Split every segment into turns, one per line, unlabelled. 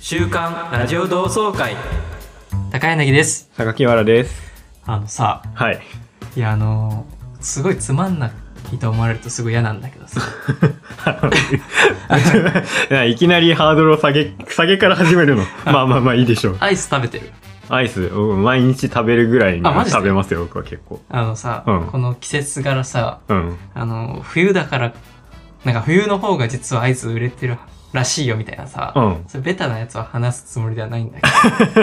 週刊ラジオ同窓会
高柳です
榊原です。
あのさ
はい。
いやあのすごいつまんないと思われるとすごい嫌なんだけどさ
いきなりハードルを下げ、下げから始め るの。まあまあまあいいでしょう。
アイス食べてる
アイス、僕毎日食べるぐらいに
あマ
は
ジで
食べますよ、僕は結構。
あのさ、
うん
この季節柄さ
うん。
あの冬だからなんか冬の方が実はアイス売れてるらしいよみたいなさ、
うん
それベタなやつは話すつもりではないんだけ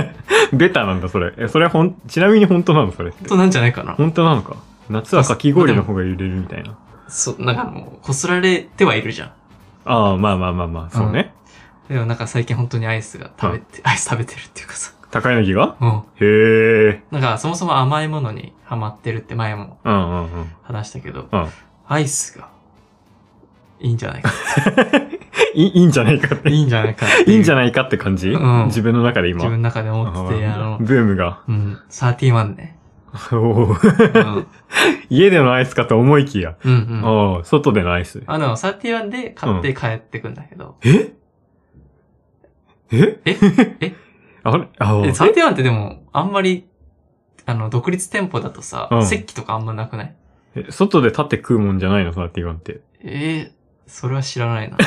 ど
ベタなんだ、それ。え、それはほん、ちなみに本当なの、それって
本。当なんじゃないかな
本当なのか。夏はかき氷の方が揺れるみたいな。
そうなんかあのこすられてはいるじゃん
ああ、まあまあまあまあ、そうね。
でもなんか最近本当にアイスが食べて、アイス食べてるっていうかさ
高柳が
うん
へえ。
なんかそもそも甘いものにハマってるって前も
うんうんうん。
話したけど、
うん
アイスが、いいんじゃ ないか。
いいいんじゃないかって。
いいんじゃないかって
い
いう。
いんじゃ
ない
ないかって感じ、
うん
自分の中で今。
自分の中で思ってて、あ
あー
の、
ブーム が。
うん、31ね。
お
う
ー
ん。
家でのアイスかと思いきや。
うんうん。
ああ、外でのアイス。
あ、でも31で買って帰ってくんだけど。
ええ
ええ
あれああ
で、31ってでも、あんまり、あの、独立店舗だとさ、
うん
席とかあんまなくない
え外で立って食うもんじゃないのサーティガンって。
えー、それは知らない な。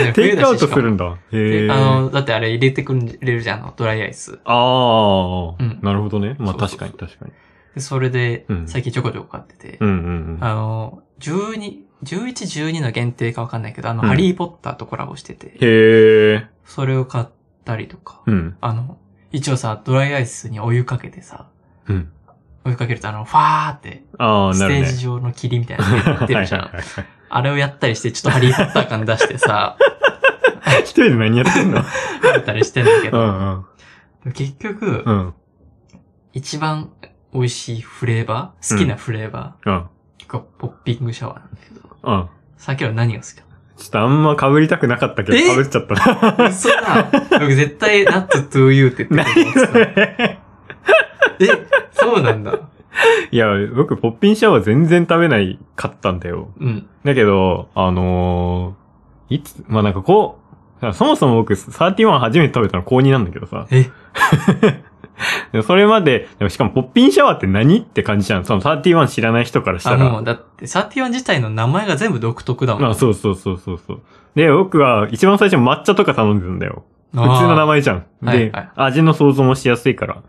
いや
テイクアウ
し
ト
かも
するんだ。へ
で
え。
あの、だってあれ入れてくん入れるじゃん、あのドライアイス。
ああ、
うん
なるほどね。まあ
そうそうそ
確
う
かに確かに。
で、それで
う、ん
最近ちょこちょこ買ってて。
うんうんうん。
あの、12、11、12の限定かわかんないけど、あの、
うん
ハリーポッターとコラボしてて、
へえ。
それを買ったりとか、
うん。
あの、一応さ、ドライアイスにお湯かけてさ、
うん。
お湯かけるとあの、ファーって、
ああ、
ス
なる
テ
ね
ー。ジ上の霧みたいなのが出るじゃ
はい
ん。
はいはい
あれをやったりして、ちょっとハリーポッター感出して さ、
はい。 一人で何やってんの
やったりしてんだけ
う
ど、
んうん。
結局、
うん。
一番美味しいフレーバー、好きなフレーバ
うん。
ー、がポッピングシャワーなんだけど、
うん。
さっきは何が好きだ
ちょっとあんま被りたくなかったけど、
え
被っちゃったな。
嘘だ僕絶対 not to you って言って
何
た
それ
え、そうなんだ。
いや、僕、ポッピンシャワー全然食べないかったんだよ。
うん。
だけど、あのー、いつ、まあ、なんかこう、そもそも僕、31初めて食べたの高2なんだけどさ。
え
でもそれまで、でもしかもポッピンシャワーって何って感じじゃん。その31知らない人からした
あ、
ら。
もう、だって、31自体の名前が全部独特だもん。
あそうそうそうそうそう。で、僕は一番最初抹茶とか頼んでたんだよ。普通の名前じゃん。で、
はいはい
味の想像もしやすいから。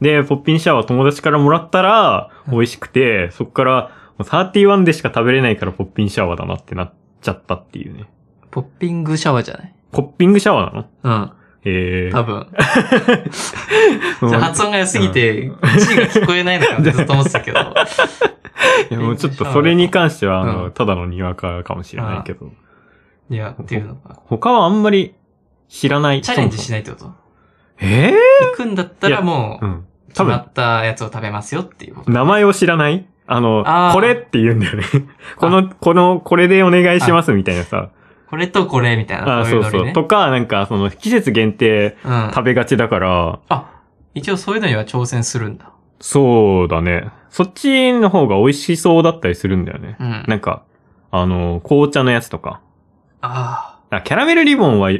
で、ポッピンシャワー友達からもらったら、
うん
美味しくて、そこから、もう31でしか食べれないからポッピンシャワーだなってなっちゃったっていうね。
ポッピングシャワーじゃない
ポッピングシャワーなの
う
へ
ん。
え。
多分。
うん
じゃあ発音が良すぎて、G が聞こえないのかな ってずっと思ってたけど。
いやもうちょっとそれに関しては、あの、
うん
ただのにわかかもしれないけど。
いや、って いうのが。
他はあんまり知らない。
チャレンジし
ない。
ないってこと
ええ
行くんだったらも
う
う、
ん。
決
多
ま
分、
ったやつを食べますよっていうこと。
名前を知らないあの
あー
これって言うんだよね。 この、この、これでお願いしますみたいなさ。
これとこれみたいな。
あー、
そい
そう
う
う
ノ
そ
リね
う。。とか、なんか、その、季節限定
うん。
食べがちだから、
あ、一応そういうのには挑戦するんだ。
そうだね。そっちの方が美味しそうだったりするんだよね。
うん。
なんか、あの、紅茶のやつとか。
あ
あ、キャラメルリボンは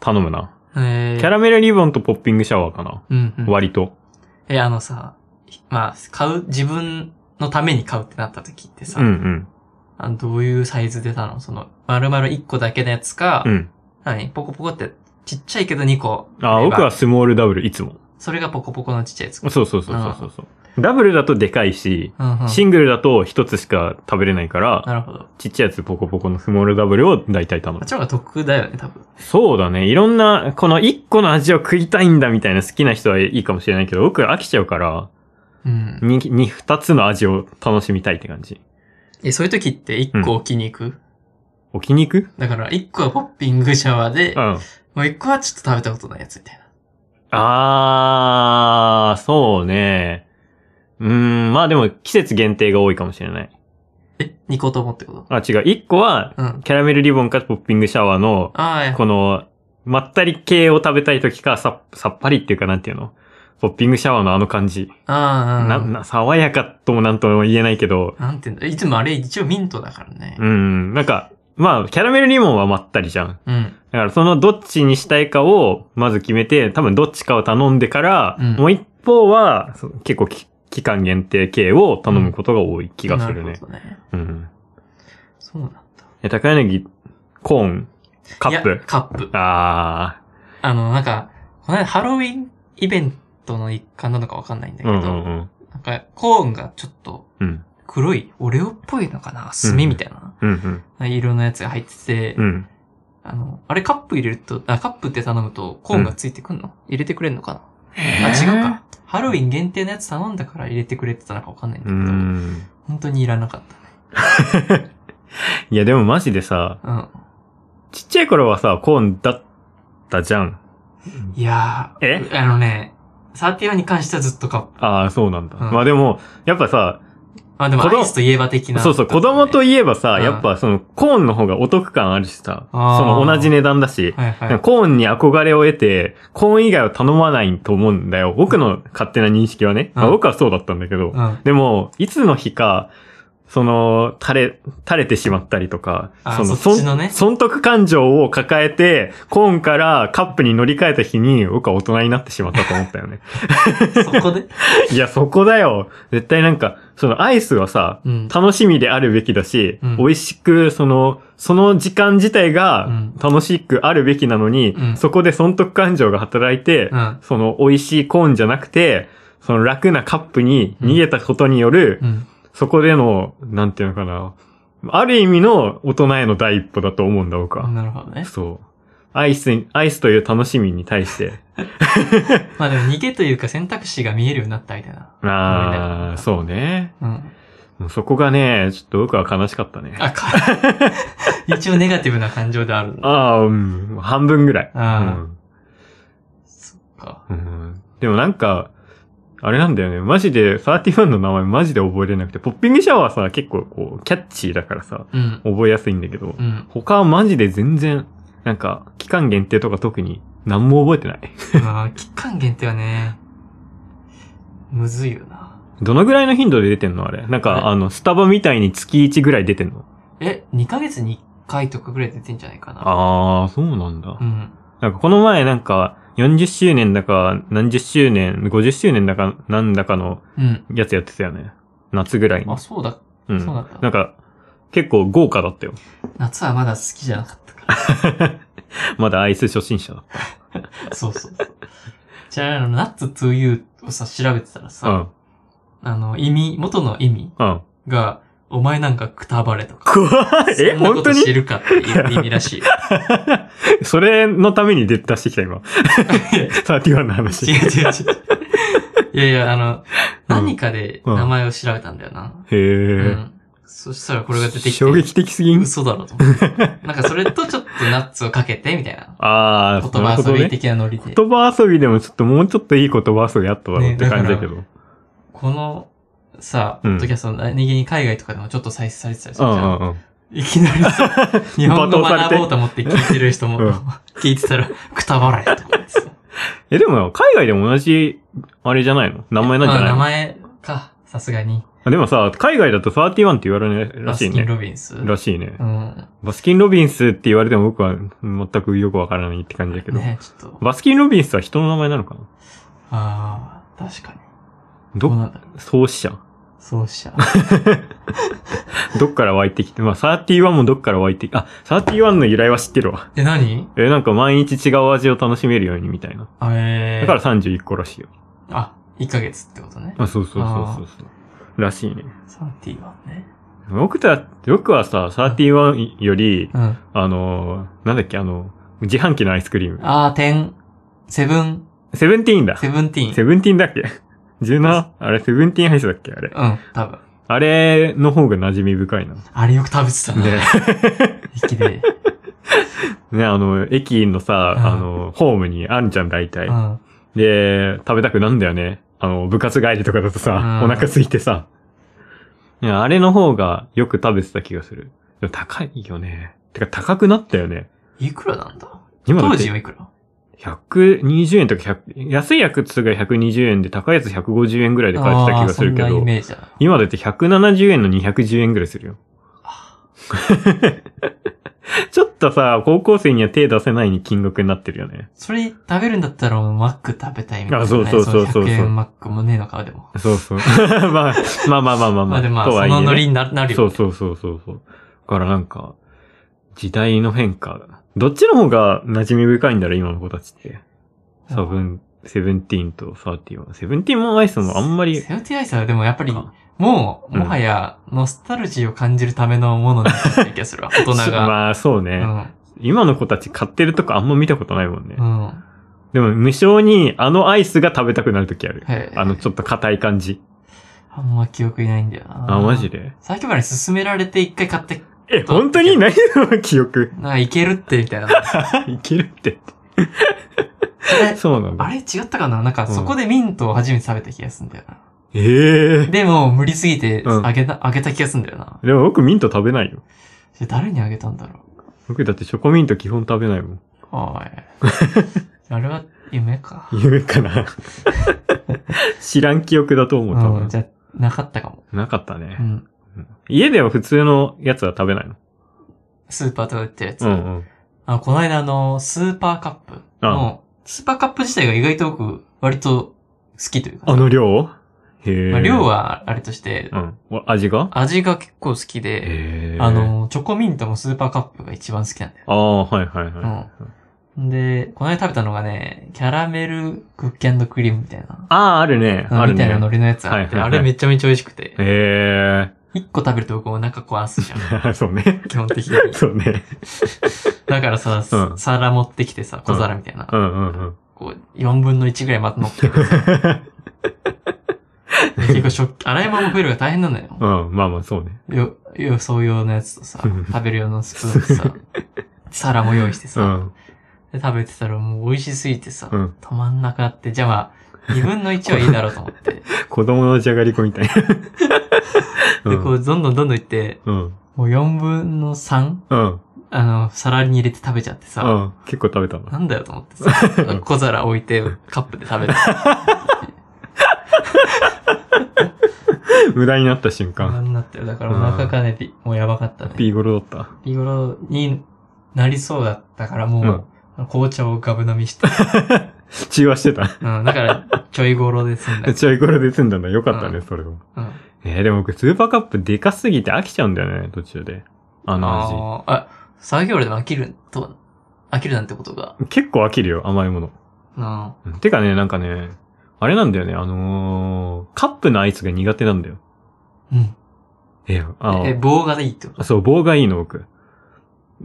頼むな。
あ。えー。
キャラメルリボンとポッピングシャワーかな。
うんうん。
割と。
え、あのさ、まあ、買う、自分のために買うってなった時ってさ、
うんうん。
あのどういうサイズで頼むその、丸々1個だけのやつか、
うん。
何ポコポコって、ちっちゃいけど2個。れ
あ
ば
僕は。スモールダブル、いつも。
それがポコポコのちっちゃいやつ
そう。そうそうそうそうそう。ダブルだとでかいし、
うんうん。
シングルだと一つしか食べれないから、
なるほど。
ちっちゃいやつポコポコのスモールダブルを大体頼
あ
む
っ。ちの方が得だよね、多分。
そうだね。いろんな、この一個の味を食いたいんだみたいな好きな人はいいかもしれないけど、僕は飽きちゃうから、
うん。
に、に、二つの味を楽しみたいって感じ。
え、そういう時って1個置きに行く、
置きに行く
だから1個はポッピングシャワーで、
う
も
ん。
う1個はちょっと食べたことないやつみたいな。
あー、そうね。うーん、まあでも季節限定が多いかもしれない。
え、2個ともってこと
あ、違う。一個は、
うん。
キャラメルリボンかポッピングシャワーの、
ああ、いや
この、まったり系を食べたい時か、さ、さっぱりっていうか、なんていうのポッピングシャワーのあの感じ。
ああ、
な、
うん
な、爽やかともなんとも言えないけど、
なんていうんだ。いつもあれ一応ミントだからね。
うん、なんか、まあ、キャラメルリボンはまったりじゃん。
うん。
だからそのどっちにしたいかをまず決めて、多分どっちかを頼んでから、
うん
もう一方はそ結構き期間限定系を頼むことが多い気がする
な
ね
ほ。どね。
うん。
そうなんだ。
え、高柳、コーン、カッ
いや
プ。
カップ。
あ
あの、なんか、この間ハロウィンイベントの一環なのかわかんないんだ
ー。
け
う
ど、
んうんうん。
なんか、コーンがちょっと
うん。
黒い、オレオっぽいのかな炭みたいな、
うん
色のやつが入ってて、
うん。うん。
あの、あれカップ入れると、あ、カップって頼むとコーンがついてくんの、入れてくれんのかなあ、違うか。ハロウィン限定のやつ頼んだから入れてくれてたのかわかんないん
う
だ
ー
けど、
ん。
本当にいらなかったね。
いや、でもマジでさ、
うん。
ちっちゃい頃はさ、コーンだったじゃん。
いやー、あのね、31に関してはずっとカップ。
ああ、そうなんだ。
うん
まあでも、やっぱさ、
あ、でも
子
ア
供
イスといえば的な、
そうそう、子供と
い
いえばさ、
うん
やっぱその、コーンの方がお得感あるしさ、そ
あー
の同じ値段だし、
はいはい。
コーンに憧れを得て、コーン以外は頼まないと思うんだよ。僕の勝手な認識はね。まあ
うん
僕はそうだったんだけど
う。ん。
でも、いつの日か、その、垂れ、垂れてしまったりとか、
あ
の、
そっち
損
のね
損得感情を抱えて、コーンからカップに乗り換えた日に、僕は大人になってしまったと思ったよ ね。
そこで
いや、そこだよ。絶対なんか、そのアイスはさ、
うん。
楽しみであるべきだし、
うん
美味しく、その、その時間自
う
体が
ん
楽しくあるべきなのに、
うん
そこで損得感情が働いて、
うん。
その美味しいコーンじゃなくて、その楽なカップに逃げたことによる、
うん。
そこでの、なんていうのかな、ある意味の大人への第一歩だと思うんだ、僕は。
なるほどね。
そう。アイスに、アイスという楽しみに対して。
まあでも逃げというか選択肢が見えるようになったみたいな。
ああ、そうね。
うん。
そこがね、ちょっと僕は悲しかったね。
あ、か 一応ネガティブな感情であるの。
ああ、うん、半分ぐらい。
あか。
うんうんでもなんか、あれなんだよね。マジで、31の名前マジで覚えれなくて、ポッピングシャワーさ、結構こう、キャッチーだからさ、
うん。
覚えやすいんだけど
う、ん。
他はマジで全然、なんか、期間限定とか特に何も覚えてない。
まあ、期間限定はね、むずいよな。
どのぐらいの頻度で出てんのあれ。なんか、
はい
あの、スタバみたいに月1ぐらい出てんの
え、2ヶ月に1回とかぐらい出てんじゃないかな。
あー、そうなんだ
う。ん。
なんかこの前なんか、40周年だか、何十周年、50周年だか、なんだかの
うん。
やつやってたよね。夏ぐらいに
あ、。そうだ。
うん。
そうなんだ
なんか、結構豪華だったよ。
夏はまだ好きじゃなかったか
まだアイス初心者だっ
ら。そうそうそう。じゃあ、あの、ナッツ to you をさ、調べてたら
た。う
さ、
ん。
あの、意味、元の意味
うん。
が、お前なんかくたばれとか。
怖い。え、
そんなこ
本当
と
に
知るかっていう意味らしい よ。
それのために出出してきた今。31の話。
違う違う違う。いやいや、あの、何かで
うん
名前を調べたんだよな。
へ
う
え。
ん。そしたらこれが出てきて。
衝撃的すぎん。
嘘だろと思って。 なんかそれとちょっとナッツをかけて、みたいな。
あ
言
あ、
葉
なるほど
遊び
ね。
的なノリで。
言葉遊びでもちょっともうちょっといい言葉遊びあっただろうって感じだけど。
この、さ、ポ
うん
ッドキャストの何気に海外とかでもちょっと再生されてたりす
うん
るじ
う
ゃん。
んうん。
いきなりさ、 日本語
罵倒され
学
て
ぼうと思って聞いてる人も、
うん
聞いてたら、くたばれとかですよ。
え、でも海外でも同じ、あれじゃないの名前なんじ
まあ
ゃない
名
の
前か、さすがに。
あでもさ、海外だと31って言われないら
バ
し
ス
い
キン・
ね。
ロビンス。
らしいね
う。ん。
バスキン・ロビンスって言われても僕は全くよくわからないって感じだけど。
ねちょっと。
バスキン・ロビンスは人の名前なのかな
ああ、確かに。どう
ど、
なんだろう。
創始者
そうしちゃう。
どっから湧いてきて、まあ、31もどっから湧いてき、あ、31の由来は知ってるわ。
え、何
え、なんか毎日違う味を楽しめるようにみたいな。
あえー
だから31個らしいよ。
あ、1ヶ月ってことね。
あ、そうそうそうそうそう。らしいね。
31ね。
僕た、僕はさ、31より、
うん。
あのー、なんだっけ、あの、自販機のアイスクリーム。
あー、点、セブン、
セブンティーンだ。
セブンティーン。
セブンティーンだっけ ?17? あれ、セブンティーンアイスだっけあれ。
うん、多分。
あれの方が馴染み深いな。
あれよく食べてたな。
ね。
駅 で。
ね、あの、駅のさ、
うん
あの、ホームにあるじゃん、大体
う。ん。
で、食べたくなんだよね。あの、部活帰りとかだとさ、
うん
お腹空いてさ。いや、あれの方がよく食べてた気がする。でも高いよね。てか高くなったよね。
いくらなんだ
今だ
当
っ
時
て
はいくら
120円とか100、安いやつが120円で高いやつ150円ぐらいで買えてた気がするけ
あーそんなイ
ど、
メージだな。
今だって170円の210円ぐらいするよ。 ちょっとさ、高校生には手出せない金額になってるよね。
それ食べるんだったらもうマック食べたいみたいな、
あそうそうそうそうそう
100円マックもねえのか、でも。
そうそう。 まあ、まあまあまあまあま
ま
あ。
あでもまあ、
とは
そ
いえね
のノリにななる
そ
よ
う
ね。
そうそうそうそう。だからなんか、時代の変化。どっちの方が馴染み深いんだろう、今の子たちって。セブン、セブンティーンとサーティワン。セブンティーンもアイスもあんまり、
セブンティーンアイスはでもやっぱり、
あ
もう、
うん
もはや、ノスタルジーを感じるためのものなんだって気が するわ、大人が。
まあそうね、今の子たち買ってるとこあんま見たことないもんね。
うん。うん。
でも無性にあのアイスが食べたくなるときある。
はい
あのちょっと硬い感じ。
あんま記憶いないんだよな。
あ、マジで
最近まで勧められて一回買って、
え、
そう
本当に何の記憶
なんかいけるって、みたい な。
いけるって。
それ
そうなん
あ
だ。
れ違ったかななんか
うん
そこでミントを初めて食べた気がするんだよな。
ええ
でも、無理すぎて、
うん
あげた、あげた気がするんだよな。
でも僕ミント食べないよ。
じゃあ誰にあげたんだろ
僕だってチョコミント基本食べないもん。
う。おい。あれは夢か。
言うかな知らん記憶だと思う、多
うん、
分。
じゃあなかったかも。
なかった
う
ね。
ん。
家では普通のやつは食べないの
スーパーとか売ってるやつ。
うんうん。
あの、この間あの、スーパーカップの、スーパーカップ自体が意外と僕、割と好きというかさ。
あの量へえ。
まあ、量はあれとして、
うん。お味が
味が結構好きで、
へー
あ、の、チョコミントもスーパーカップが一番好きなんだよ。
ああ、はいはいはい。
うん。で、この間食べたのがね、キャラメルクッキークリームみたいな。
ああ、あるね。ある
みたいな
ね
海。苔のやつあって、
はいはいはい
あれめちゃめちゃ美味しくて。
へ
一個食べると僕お腹壊す じゃん。
え。そうね。
基本的に。
そうね。
だからさ、
うん
皿持ってきてさ、小皿みたいな。
うんうんうん。
こう、4分の1ぐらいまと乗っててさ結構食器、洗い物も増えるが大変なのよ。
うん、まあまあそうね。
よ、よ、そう用のやつとさ、
うん
食べる用のスプーンと さ、皿も用意して
う
さ、
ん。
で食べてたらもう美味しすぎてさ、
うん。
止まんなくなって、じゃあまあ、2分の1はいいだろうと思って。で、
子供のじゃがり こみたいな。 うん
こう、どんどんどんどんいって、
うん。
もう4分の 3?
うん。
あの、皿に入れて食べちゃって
う
さ、
ん。結構食べたな。
なんだよと思ってさ、小皿置いて、カップで食べて。
無駄になった瞬
不
間。
安になってる。だからお腹がね、びもうやばかったね。
ピーゴロだった。
日頃になりそうだったから、もう、紅茶をガブ飲みして。
中和してた。
うん、だから、ちょい頃で済んだ よ。
ちょいゴロで済んだんだ。よかったね、
う
それは。
うん
えー、でも僕、スーパーカップでかすぎて飽きちゃうんだよね、途中で。あの
あーあ、作業でも飽きると、飽きるなんてことが。
味。結構飽きるよ、甘いもの。
うん。
うんてかね、なんかね、あれなんだよね、あのー、カップのアイスが苦手なんだよ。
うん。
えー、あ
え、棒がいいってこと
あそう、棒がいいの、僕。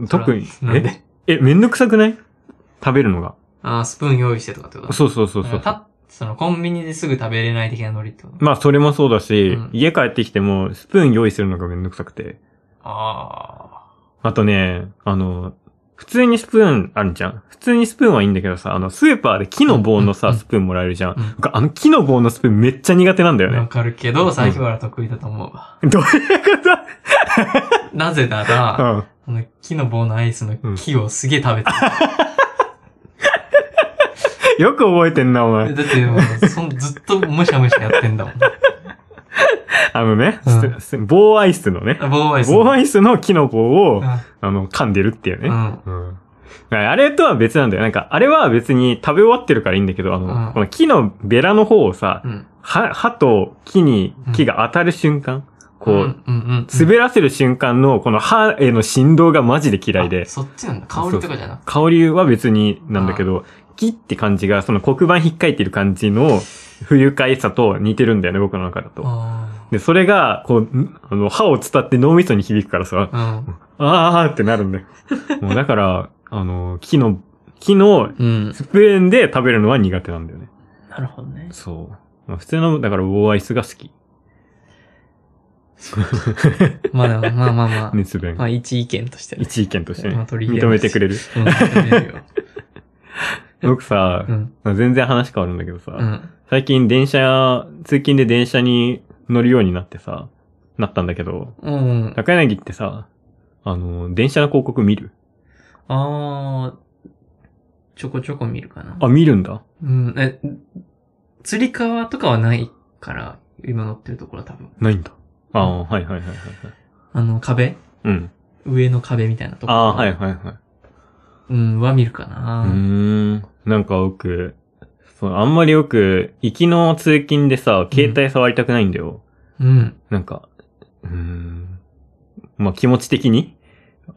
特に
それ、はなん
え、
で
え、めんどくさくない食べるのが。
あースプーン用意してとかってこと
そうそうそうそ
だ
う。
からたそのコンビニですぐ食べれない的なノリってこと
まあ、それもそうだし、
うん
家帰ってきても、スプーン用意するのがめんどくさくて。
あ
あとね、あの、普通にスプーンあるじゃん。普通にスプーンはいいんだけどさ、あの、スーパーで木の棒の
うん
さ、
うん
スプーンもらえるじゃん。
うん
僕あの木の棒のスプーンめっちゃ苦手なんだ
あ。
よ
わ
ね。
かるけど、最近は得意だと思うわ。
どういうこ
なぜなら、
と
あの、木の棒のアイスの木をすげえ食べて
うん。よく覚えてんな、お前
る。。だってもうそん、ずっとむしゃむしゃやってんだもん。
あのね、
うん
すす棒アイスのね。
棒アイス。
棒
イ
アイスの木の棒を、
ス。
あの、噛んでるっていう
う
ね。
ん。
うん。あれとは別なんだよ。なんか、あれは別に食べ終わってるからいいんだけど、あの、
うん
この木のベラの方をさ、
うん。
歯、歯と木に
うん、
木が当たる瞬間、こう、
ん、うん、うん。
滑らせる瞬間のこの歯への振動がマジで嫌い
あ
で、
そっちなんだ。香りとかじゃなくて。
香りは別になんだけど、木って感じがその黒板引っかいてる感じの不愉快さと似てるんだよね、僕の中だと。
あ
で、それが、こう、んあの、歯を伝って脳みそに響くからさ、
あ。
あーってなる んだよ。もうだから、あの、木の、木の
うん。うん。
スプーンで食べるのは苦手なんだよね。
なるほどね。
そう。まあ普通の、だから、棒アイスが好き。
まあでも、まあまあ まあ。
熱弁
ま。あ一意見としてね。
一意見としてね。
まあ取り入れ
認
ま
め
す
てくれる。
うん認める よ。
僕さ
う、ん。
全然話変わるんだけどさ、
うん。
最近電車、通勤で電車に乗るようになってさ、なったんだけど、
うん。
高柳ってさ、あの、電車の広告見る
ああ、ちょこちょこ見るかな。
あ、見るんだ。
うん、え、釣り革とかはないから、今乗ってるところは多分。
ないんだ。ああ、はいはいはいはいはい。
あの、壁
うん。
上の壁みたいなところ。
ああー、はいはいはい。
うん、は見るか
う
な。
ーん。なんか僕、そう、あんまりよく、行きの通勤でさ、携帯触りたくないんだよ。
うん。
なんか、うーん。まあ、気持ち的に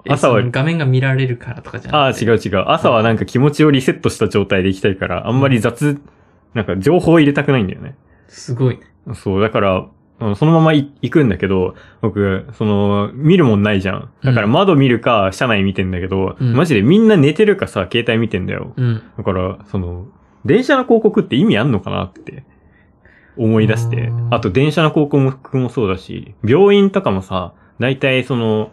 え
朝は
その、画面が見られるからとかじゃ
ああ、
なくて。
違う違う。朝はなんか気持ちをリセットした状態で行きたいから、あんまり雑、なんか情報を入れたくないんだよね。
すごいね。
そう、だから、あのそのままい行くんだけど、僕、その、見るもんないじゃん。だから
うん
窓見るか、車内見てんだけど、
うん
マジでみんな寝てるかさ、携帯見てんだよ。
うん。
だから、その、電車の広告って意味あんのかなって思い出して
う、ん
あと電車の広告もそうだし、病院とかもさ、大体その、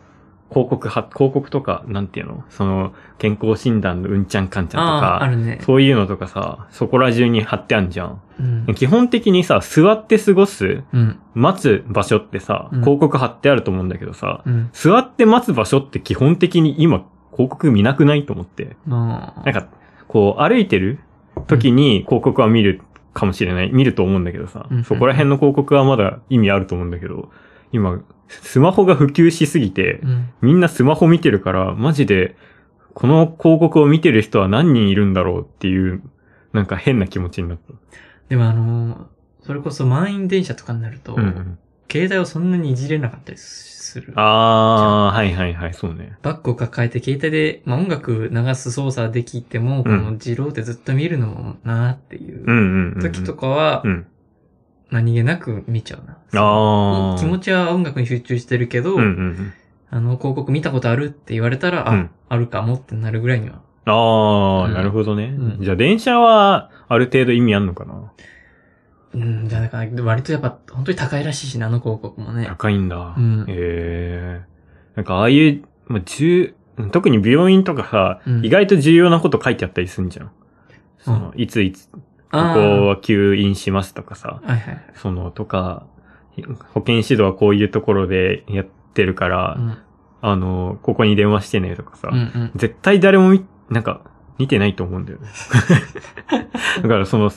広告は、広告とか、なんていうのその、健康診断のうんちゃんかんちゃんと
ああー、あ
か、
るね。
そういうのとかさ、そこら中に貼ってあんじゃん。
うん。
基本的にさ、座って過ごす、
うん。
待つ場所ってさ、
うん
広告貼ってあると思うんだけどさ、
うん。
座って待つ場所って基本的に今、広告見なくないと思って。
まあ。
なんか、こう、歩いてる時に広告は見るかもしれない。見ると思うんだけどさ
うん。
そこら辺の広告はまだ意味あると思うんだけど、今、スマホが普及しすぎて
う、ん。
みんなスマホ見てるから、マジで、この広告を見てる人は何人いるんだろうっていう、なんか変な気持ちになった。
でもあのーそれこそ満員電車とかになると、
うんうん。
携帯をそんなにいじれなかったりする。
あー、はいはいはい、そうね。
バッグを抱えて携帯で、まあ、音楽流す操作できても、こ
うん
の自動でずっと見るのもなーってい
うん
う
うんうんうん。
時とかは
う、ん。
何気なく見ちゃうな。
あー。
気持ちは音楽に集中してるけど、
うんうんうん。
あの、広告見たことあるって言われたら、あ、
うん
あるかもってなるぐらいには。
あ
う
ー、
ん
なるほどね
う。ん
じゃあ電車は、ある程度意味あんのかな
うん、じゃなかな。割とやっぱ、本当に高いらしいしな、あの広告もね。
高いんだ。
うん
ええなんかああいう、まあ、重、特に病院とかさ、
うん
意外と重要なこと書いてあったりすんじゃん。その、いついつ、ここ
あー
は吸引しますとかさ、
はいはい。
その、とか、保健指導はこういうところでやってるから、
うん。
あの、ここに電話してねとかさ、
うんうん。
絶対誰もみ、なんか、見てないと思うんだ よね。だからその、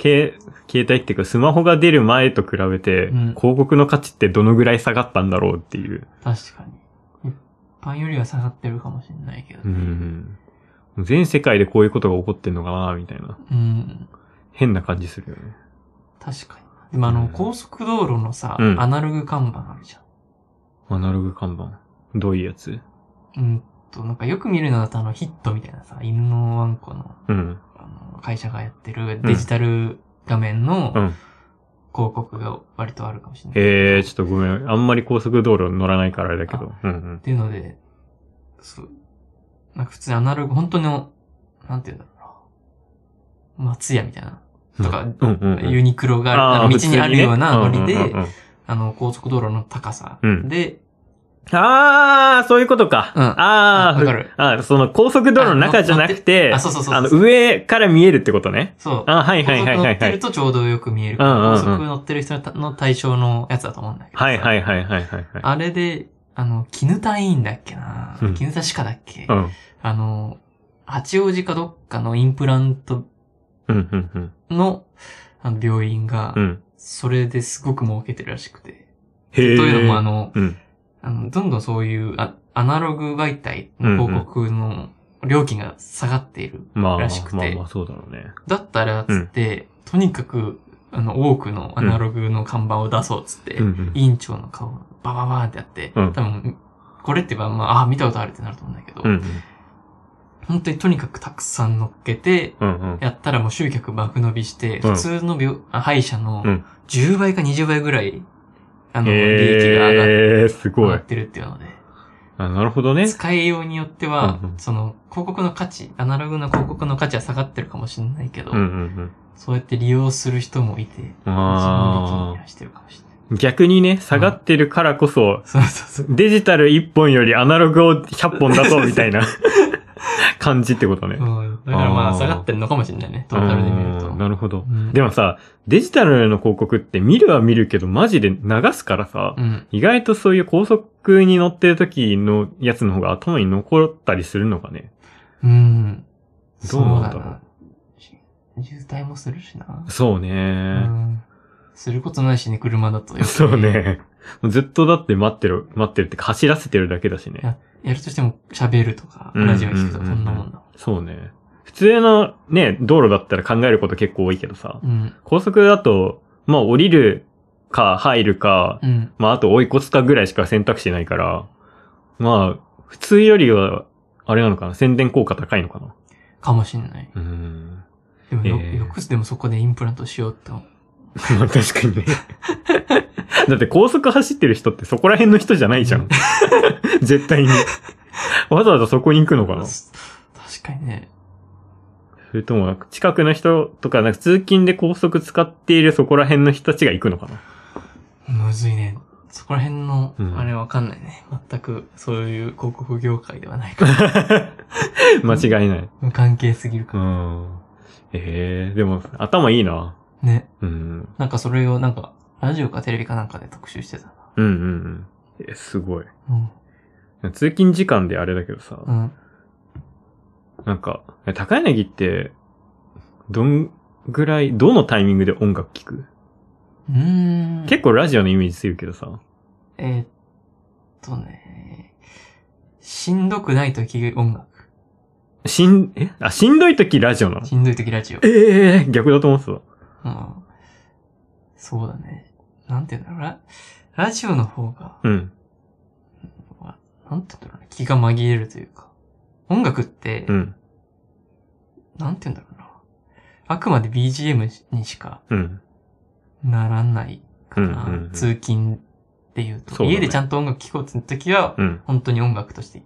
携、携帯っていうかスマホが出る前と比べて、
うん
広告の価値ってどのぐらい下がったんだろうっていう。
確かに。一般よりは下がってるかもしれないけど。
うん。全世界でこういうことが起こってんのかな、みたいな。
うん。
変な感じするよね。
確かに。でもあ
う
の
ん、
高速道路のさ、
うん
アナログ看板あるじゃ
アナログ看板。どういうやつ
ん。うんと、なんかよく見るのだとあの、ヒットみたいなさ、犬のワンコの、
うん。
あの、会社がやってるデジタル画面の
うん
広告が割とあるかもしれない。
えー、ちょっとごめん。あんまり高速道路乗らないからあれだけど。うんうん
っ。ていうので、そう。なんか普通にアナログ、本当の、なんていうんだろうな。松屋みたいな。とか、
うんうんうん。
ユニクロがある、
ー
あの道にあるようなノリで、
普通にねうんうんうんうん
あの、高速道路の高さ
うん
で、
ああ、そういうことか。
うん
ああ、
わかる
あーその高速道路の中じゃなくて、
あ、そうそうそう
あの、
そう。
上から見えるってことね。
そう。
あはいは
高
い
速
はい
乗っ
はいは
てる
い。
とちょうどよく見える。
うんうんうん
高速乗ってる人の対象のやつだと思うんだけど。
はいはいはいはいはい。はい
あれで、あの、絹田委員だっけな
うん
絹田歯科だっけ
うん。
あの、八王子かどっかのインプラント
うん、うん、うん。
のあの病院が
う、ん。
それですごく儲けてるらしくて。
へ
と
え。
いうのもあの、
うん。
あの、どんどんそういうあアナログ媒体の広告の料金が下がっている。
まあ、
らしくて
まあまあそうだろうね。
だったら、つって、とにかく、あの、多くのアナログの看板を出そう、つって、
うんうん。
委員長の顔をバババーンってやって、
うん
多分、これってば、まあ、あー見たことあるってなると思うんだけど、
うんうん。
本当にとにかくたくさん乗っけて、
うんうん。
やったらもう集客爆伸びして、
うん
普通の病、あ歯医者の
うん
10倍か20倍ぐらい、あの、利益が上がっ
へえ、す
上
ご
が
い
っ。てるっていうので、
あなるほどね。
使いようによっては、
うんうん
その、広告の価値、アナログな広告の価値は下がってるかもしれないけど、
うんうん
そうやって利用する人もいて、
うん。
その利
あ
益にしてるかもしれない。
あ。逆にね、下がってるからこそ、
そうそうそう。
デジタル1本よりアナログを100本だぞ、み たいな感じってことね。
うんだからま
あ
あ
ー
下がってるのかもしれないね、トータルで見る
う
と
ん。なるほど。
うん
でもさ、デジタルの広告って見るは見るけど、マジで流すからさ、
うん。
意外とそういう高速に乗ってる時のやつの方が頭に残ったりするのかね。
うん。
どうなんだろう
そな渋滞もするしな。
そう
う
ね。
ん。することないしね、車だとよく。
そうね。ずっとだって待ってる、待ってるってか走らせてるだけだしね。
やるとしても喋るとか、
うん
ラジオ聞くとかそんなもんだ。
そうね。普通のね、道路だったら考えること結構多いけどさ、
うん。
高速だと、まあ降りるか入るか、
うん。
まああと追い越すかぐらいしか選択肢ないから、まあ、普通よりは、あれなのかな宣伝効果高いのかな
かもしんない。
うーん。
でもよ、
えー
よくでもそこでインプラントしようって思う。
まあ確かにね。 だって高速走ってる人ってそこら辺の人じゃないじゃ
うん
ん。絶対に。わざわざそこに行くのかなそ
確かにね。
れとも、近くの人とか、なんか通勤で高速使っているそこら辺の人たちが行くのかな
むずいね。そこら辺の
う、ん
あれわかんないね。全く、そういう広告業界ではないから。
間違いない。
無関係すぎるか
う
ら。
ん。ええでも、頭いいな。
ね。
うん。
なんかそれを、なんか、ラジオかテレビかなんかで特集してたな。
うんうんうん。え、すごい。
うん。
通勤時間であれだけどさ、
うん。
なんか、高柳って、どんぐらい、どのタイミングで音楽聴く
うーん。
結構ラジオのイメージ強いけどさ。
えーっとね。しんどくない時音楽。
しん、えあ、しんどい時ラジオなの
しんどい時ラジオ。
ええ逆だと思ってた。
うん。そうだね。なんて言うんだろうラ。ラジオの方が、
うん。
なんて言うんだろうね。気が紛れるというか。音楽って、
うん。
なんて言うんだろうな。あくまで BGM にしか
うん。
ならないかな。
うんうんうん
通勤っていうと
そうだね
家でちゃんと音楽聴こうって時は、
うん。
本当に音楽として、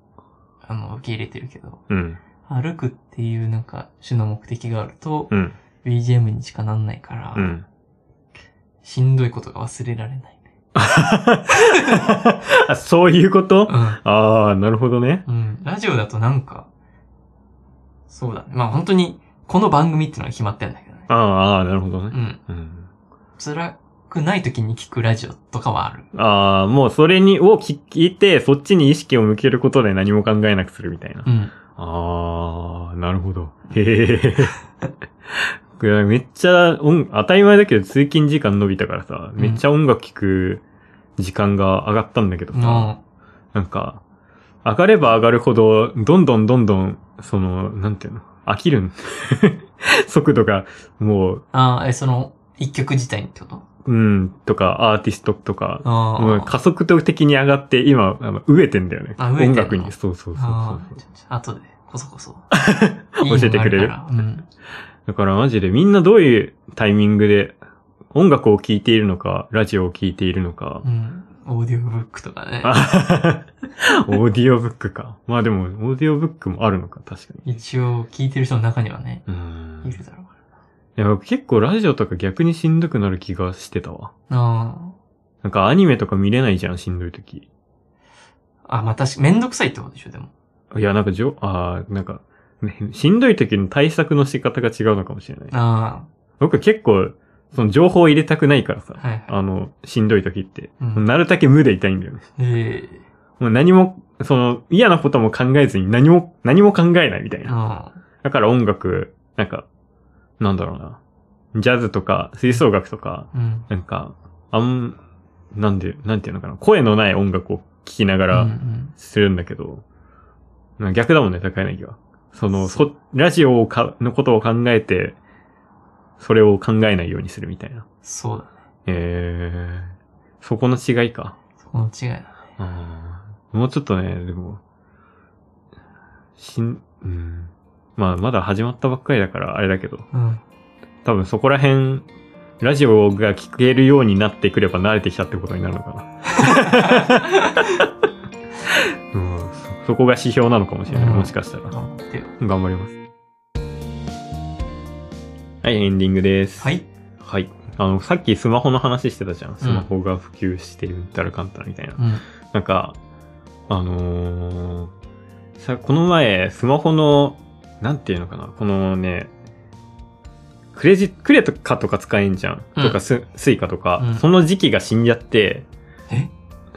あの、受け入れてるけど、
うん。
歩くっていうなんか、種の目的があると、
うん。
BGM にしかなんないから、
うん。
しんどいことが忘れられないね。
あそういうこと
うん。
ああ、なるほどね。
うん。ラジオだとなんか、そうだね。まあ本当に、この番組っていうのは決まってんだけどね。
ああああ、なるほど
う
ね。
ん。
うん。
辛くない時に聞くラジオとかはある。
ああ、もうそれに、を聞いて、そっちに意識を向けることで何も考えなくするみたいな。
うん。
ああ、なるほど。へえ。これめっちゃ音、当たり前だけど通勤時間伸びたからさ、
うん
めっちゃ音楽聴く時間が上がったんだけどさ、
の、
なんか、上がれば上がるほど、どんどんどんどん、その、なんていうの、飽きるん 速度が、もう、
ああ、え、その、一曲自体にってこと
うん、とか、アーティストとか、
あ
もう加速度的に上がって、今、あの飢えてんだよね。
あ飢えてん
音
の
楽に。そうそうそうそう
あ
そう
あ。ちょちょ後で、こそこそ。
教えてくれる
いいのがあからうん。
だからマジでみんなどういうタイミングで音楽を聴いているのか、ラジオを聴いているのか
う。ん。オーディオブックとかね。
あオーディオブックか。まあでも、オーディオブックもあるのか、確かに。
一応、聞いてる人の中にはね、
う
い
ん。
るだろうか
いや、僕結構ラジオとか逆にしんどくなる気がしてたわ。
ら。あ
なんかアニメとか見れないじゃん、しんどい時。
あ。あ、まあ、確か、めんどくさいってことでしょ、でも。
いや、なんかじょ、あーなんか、ね、しんどい時の対策の仕方が違うのかもしれない。
あ
僕結構、その情報を入れたくないからさ
あ。。はいは
あの、しんどい時って。
い。うん。
なるだけ無でいたいんだよね。
え
もう何も、その、嫌なことも考えずに何も、何も考えないみたい
え
な。
ああ。
だから音楽、なんか、なんだろうな。ジャズとか、吹奏楽とか、
うん。
なんか、あん、なんで、なんていうのかな。声のない音楽を聴きなが
う
ら
ん
するんだけど、なんか逆だもんね、高柳は。その、
そ
そ、ラジオをか、のことを考えて、それを考えないようにするみたいな。
そうだね。
えー、そこの違いか。
そこの違いだ。
うんもうちょっとね、でも、しん、うん。まあ、まだ始まったばっかりだから、あれだけど、
うん。
多分そこら辺、ラジオが聞けるようになってくれば慣れてきたってことになるのか な。うん、そそこが指標なのかもしれない、
うん
もしかしたら。
頑張ってよ。
頑張ります。はい、エンディングです。
はい。
はい。あの、さっきスマホの話してたじゃん。スマホが普及してみたら簡単みたいな。
うん。
なんか、あのーさ、この前、スマホの、なんていうのかな、このね、クレジクレカとか使えんじゃん。
うん
とかス、スイカとか、
うん
その時期が死んじゃって、
え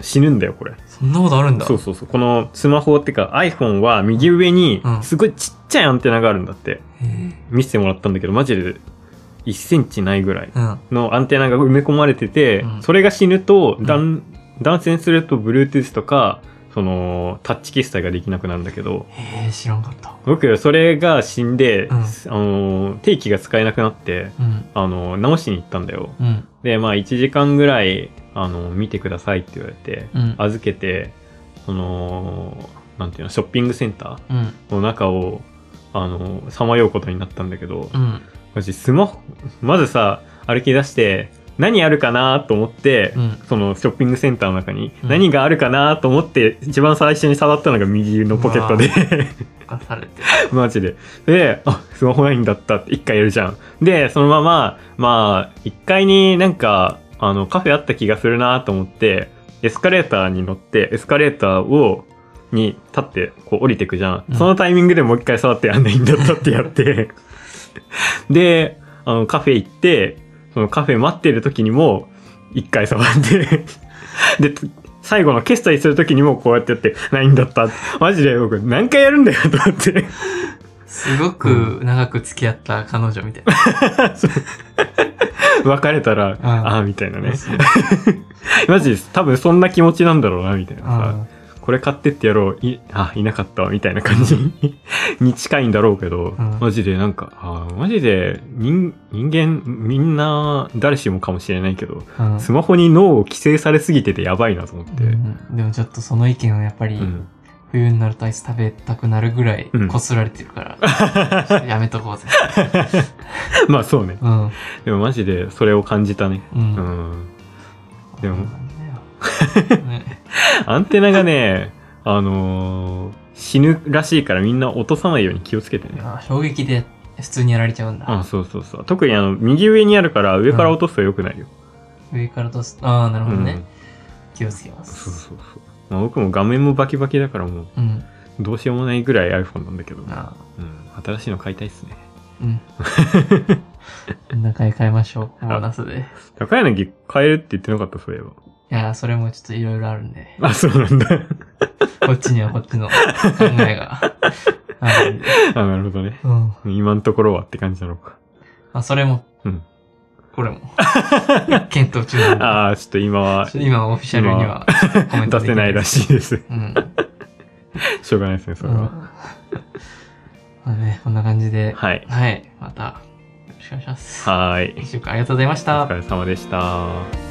死ぬんだよ、これ。
そんなことあるんだ。
そうそうそう。このスマホってか iPhone は右上に
うん、
すごいちっちゃいアンテナがあるんだって。
へえ
見せてもらったんだけど、マジで1センチないぐらい。
うん。
のアンテナが埋め込まれてて、
うん
それが死ぬと、だん、断線すると Bluetooth とか、その、タッチ決済ができなくなるんだけど、
へえ、知らんかった。
僕、それが死んで、
うん
あの、定期が使えなくなって、
うん。
あの、直しに行ったんだよ。
うん。
で、まあ、1時間ぐらい、あの、見てくださいって言われて、
うん。
預けて、その、なんていうの、ショッピングセンタ
うん。
ーの中を、あの、さまようことになったんだけど、
うん。
私、スマホ、まずさ、歩き出して、何あるかなと思って、
うん。
そのショッピングセンターの中に
うん
何があるかなと思って一番最初に触ったのが右のポケットで
犯されて。
マジでであスマホないんだったって一回やるじゃんでそのまままあ一階になんかあのカフェあった気がするなと思ってエスカレーターに乗ってエスカレーターをに立ってこう降りてくじゃん、
うん
そのタイミングでもう一回触ってあないんだったってやってであのカフェ行ってそのカフェ待ってる時にも一回触ってで最後の決済する時にもこうやってやってないんだったマジで僕何回やるんだよと思って
すごく長く付き合った彼女みたいな。
別れ たら、
ん
ああみたいな ね
そう
マジです多分そんな気持ちなんだろうなみたいなさ
あ
これ買ってってやろういあいなかったわみたいな感じ に近いんだろうけど、
うん
マジでなんかあーマジで人人間みんな誰しもかもしれないけど
あうん
スマホに脳を規制されすぎててやばいなと思って、
うんでもちょっとその意見はやっぱり、
うん
冬になるとアイス食べたくなるぐらい
うん
こすられてるから、ちょ っとやめとこうぜ。
まあそうね
うん。うん。
でもマジでそれを感じたね
うん
うんでも
なんだよね
アンテナがね、あのー死ぬらしいからみんな落とさないように気をつけてね。
あ衝撃で普通にやられちゃうんだ。
あ、そうそうそう。特にあの、右上にあるから上から落とすと良くないよ。
上からとす、ああ、なるほどね。
うん
気をつけま
そう
す。
そうそう。まあ、僕も画面もバキバキだからもう、
うん。
どうしようもないぐらい iPhone なんだけど、うん、
あ
新しいの買いたいっすね。
うん。中へ変えましょう。ボーナスで。
高柳買えるって言ってなかった、そういえば。
いやー、それもちょっといろいろあるんで。
あ、そうなんだ。
こっちにはこっちの考えがあるんで。
あ、なるほどね。
うん。ま
今のところはって感じなのか。
あ、それも、
うん
これも、検討中なんで。
ああ、ちょっと今は
ちょっと今オフィシャルにはコメント
出せないら
しい。
しいです。
うん。
しょうがないですね、それ
うん
は。
まあね、こんな感じで、
はい。
はい、また、よろしくお願いします。
はーい。
一週間ありがとうございました
お疲。れ様でした。